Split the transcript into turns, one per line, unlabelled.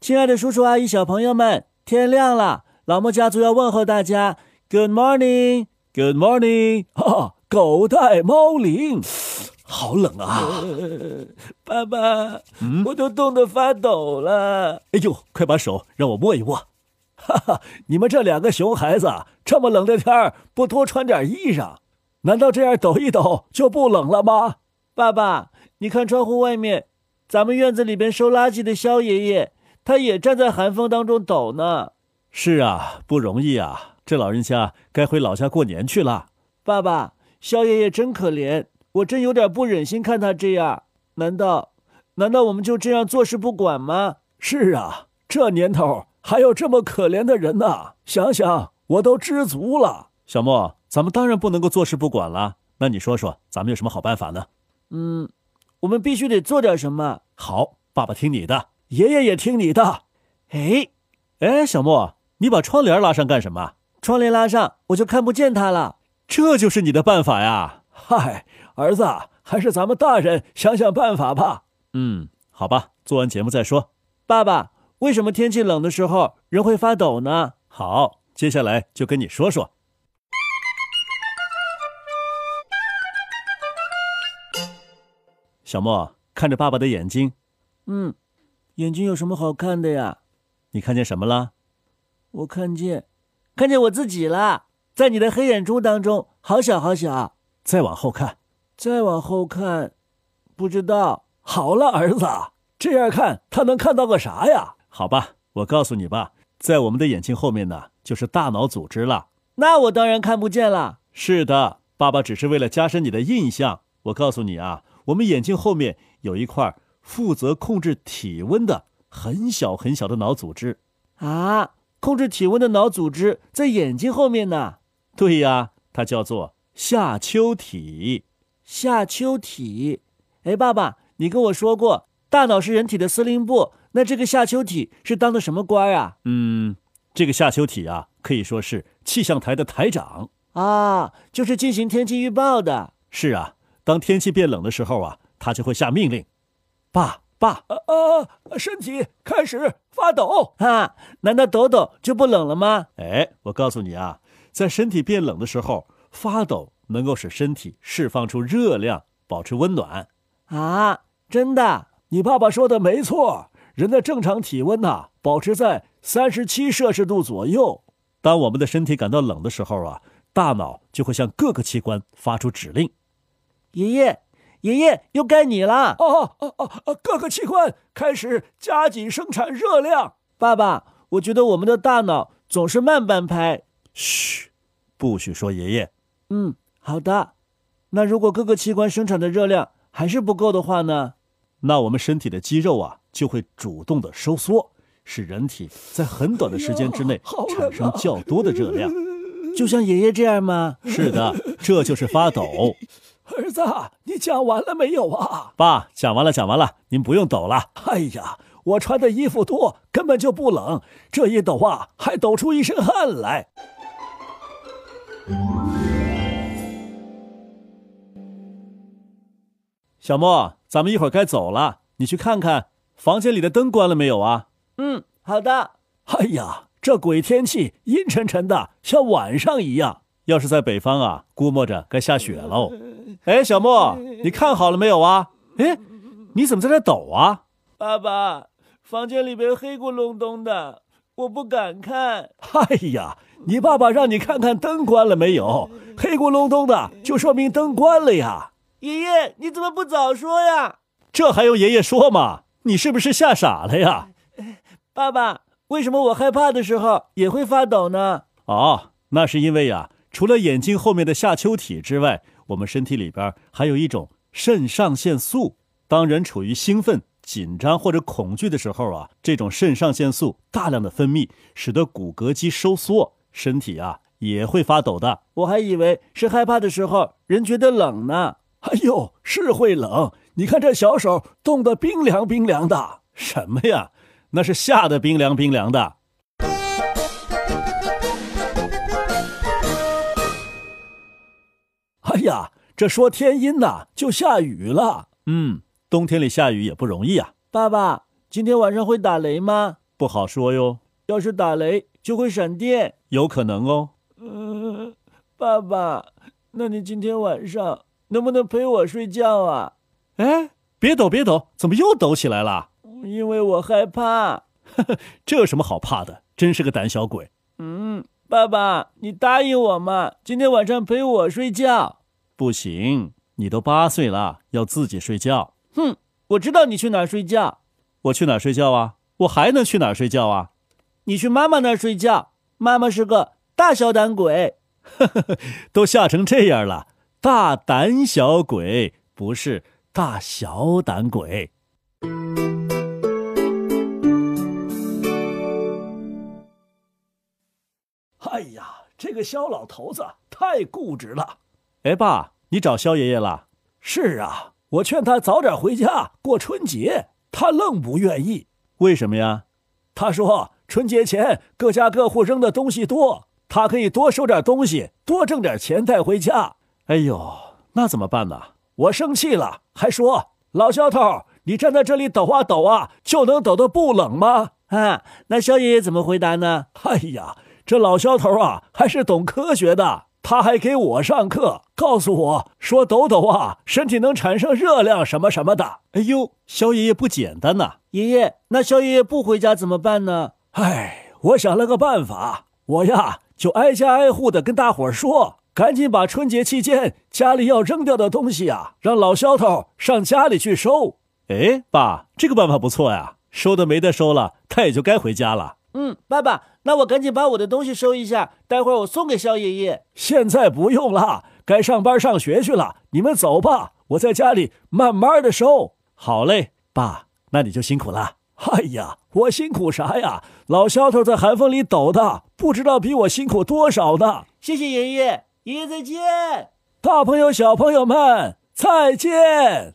亲爱的叔叔阿姨、小朋友们，天亮了，老莫家族要问候大家，Good morning，Good morning，哈、哈，狗带猫铃，好冷啊！ 嗯
爸爸，我都冻得发抖了。
哎呦，快把手让我摸一摸，哈哈，你们这两个熊孩子，这么冷的天儿不多穿点衣裳，难道这样抖一抖就不冷了吗？
爸爸，你看窗户外面，咱们院子里边收垃圾的肖爷爷，他也站在寒风当中抖呢。
是啊，不容易啊，这老人家该回老家过年去了。
爸爸，肖爷爷真可怜，我真有点不忍心看他这样。难道，难道我们就这样坐视不管吗？
是啊，这年头还有这么可怜的人呐、想想我都知足了。小莫，咱们当然不能够坐视不管了。那你说说，咱们有什么好办法呢？
嗯，我们必须得做点什么。
好，爸爸听你的，爷爷也听你的。
哎，
哎，小莫，你把窗帘拉上干什么？
窗帘拉上，我就看不见他了。
这就是你的办法呀！嗨，儿子，还是咱们大人想想办法吧。嗯，好吧，做完节目再说。
爸爸，为什么天气冷的时候人会发抖呢？
好，接下来就跟你说说。小莫，看着爸爸的眼睛，
嗯，眼睛有什么好看的呀？
你看见什么了？
我看见，看见我自己了，在你的黑眼珠当中，好小好小。
再往后看。
再往后看，不知道。
好了，儿子，这样看他能看到个啥呀？好吧，我告诉你吧，在我们的眼睛后面呢，就是大脑组织了。
那我当然看不见了。
是的，爸爸只是为了加深你的印象。我告诉你啊，我们眼睛后面有一块负责控制体温的很小很小的脑组织。
啊，控制体温的脑组织在眼睛后面呢，
对呀，它叫做下丘体。
下丘体。哎，爸爸，你跟我说过，大脑是人体的司令部，那这个下丘体是当的什么官啊？
嗯，这个下丘体啊，可以说是气象台的台长。
啊，就是进行天气预报的。
是啊，当天气变冷的时候啊，他就会下命令。爸爸，
呃
啊啊，身体开始发抖。
啊，难道抖抖就不冷了吗？
哎，我告诉你啊，在身体变冷的时候，发抖能够使身体释放出热量，保持温暖。
啊，真的？
你爸爸说的没错，人的正常体温呐、保持在三十七摄氏度左右。当我们的身体感到冷的时候啊，大脑就会向各个器官发出指令。
爷爷，爷爷又该你了。
哦哦哦，各个器官开始加紧生产热量。
爸爸，我觉得我们的大脑总是慢半拍。
嘘，不许说爷爷。
嗯，好的。那如果各个器官生产的热量还是不够的话呢？
那我们身体的肌肉啊就会主动的收缩，使人体在很短的时间之内产生较多的热量。
就像爷爷这样 吗？
是的，这就是发抖。
儿子，你讲完了没有啊？
爸，讲完了，讲完了，您不用抖了。
哎呀，我穿的衣服多，根本就不冷，这一抖啊，还抖出一身汗来。
小莫，咱们一会儿该走了，你去看看房间里的灯关了没有啊？
嗯，好的。
哎呀，这鬼天气阴沉沉的，像晚上一样。
要是在北方啊，估摸着该下雪喽。 哎，小莫，你看好了没有啊？哎，你怎么在这抖啊？
爸爸，房间里边黑咕隆咚的，我不敢看。
哎呀，你爸爸让你看看灯关了没有，黑咕隆咚的，就说明灯关了呀。
爷爷，你怎么不早说呀？
这还用爷爷说吗？你是不是吓傻了呀？
爸爸，为什么我害怕的时候也会发抖呢？
哦，那是因为呀、除了眼睛后面的下丘体之外，我们身体里边还有一种肾上腺素。当人处于兴奋、紧张或者恐惧的时候啊，这种肾上腺素大量的分泌，使得骨骼肌收缩，身体啊也会发抖的。
我还以为是害怕的时候人觉得冷呢。
哎呦，是会冷，你看这小手冻得冰凉冰凉的。
什么呀？那是吓得冰凉冰凉的。
哎呀，这说天阴呐、就下雨了。
嗯，冬天里下雨也不容易啊。
爸爸，今天晚上会打雷吗？
不好说哟，
要是打雷就会闪电。
有可能哦。
嗯，爸爸，那你今天晚上能不能陪我睡觉啊？
哎，别抖，别抖，怎么又抖起来了？
因为我害怕。
这有什么好怕的？真是个胆小鬼。
嗯，爸爸，你答应我嘛，今天晚上陪我睡觉。
不行，你都八岁了，要自己睡觉。
哼，我知道你去哪儿睡觉。
我去哪儿睡觉啊？我还能去哪儿睡觉啊？
你去妈妈那儿睡觉，妈妈是个大小胆鬼。
都吓成这样了，大胆小鬼不是大小胆鬼。
哎呀，这个肖老头子太固执了。
哎，爸，你找肖爷爷了？
是啊，我劝他早点回家过春节，他愣不愿意。
为什么呀？
他说春节前各家各户扔的东西多，他可以多收点东西，多挣点钱带回家。
哎呦，那怎么办呢？
我生气了，还说老肖头，你站在这里抖啊抖啊，就能抖得不冷吗？
啊，那肖爷爷怎么回答呢？
哎呀，这老肖头啊，还是懂科学的。他还给我上课，告诉我说抖抖啊，身体能产生热量什么什么的。
哎呦，肖爷爷不简单呐、啊！
爷爷，那肖爷爷不回家怎么办呢？
哎，我想了个办法，我呀就挨家挨户的跟大伙儿说，赶紧把春节期间家里要扔掉的东西啊，让老肖头上家里去收。
哎，爸，这个办法不错呀，收的没得收了，他也就该回家了。
嗯，爸爸，那我赶紧把我的东西收一下，待会儿我送给肖爷爷。
现在不用了，该上班上学去了。你们走吧，我在家里慢慢的收。
好嘞，爸，那你就辛苦了。
哎呀，我辛苦啥呀？老肖头在寒风里抖的，不知道比我辛苦多少呢。
谢谢爷爷，爷爷再见。
大朋友小朋友们再见。